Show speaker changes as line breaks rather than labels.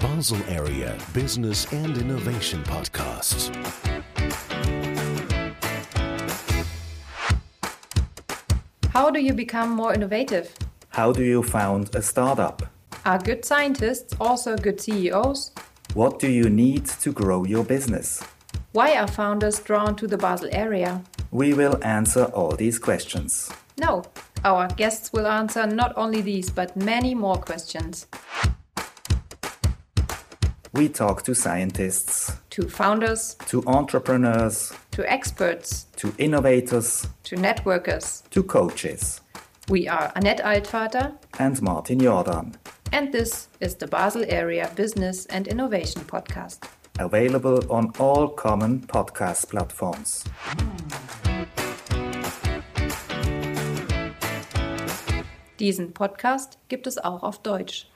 Basel Area Business and Innovation Podcasts.
How do you become more innovative?
How do you found a startup?
Are good scientists also good E CEOs?
What do you need to grow your business?
Why are founders drawn to the Basel area?
We will answer all these questions.
No, our guests will answer not only these but many more questions.
We talk to scientists,
To founders,
to entrepreneurs,
to experts,
to innovators,
to networkers.
to coaches,
We are Annette Altvater,
and Martin Jordan.
and this is the Basel Area Business and Innovation Podcast.
Available on all common podcast platforms.
Diesen Podcast gibt es auch auf Deutsch.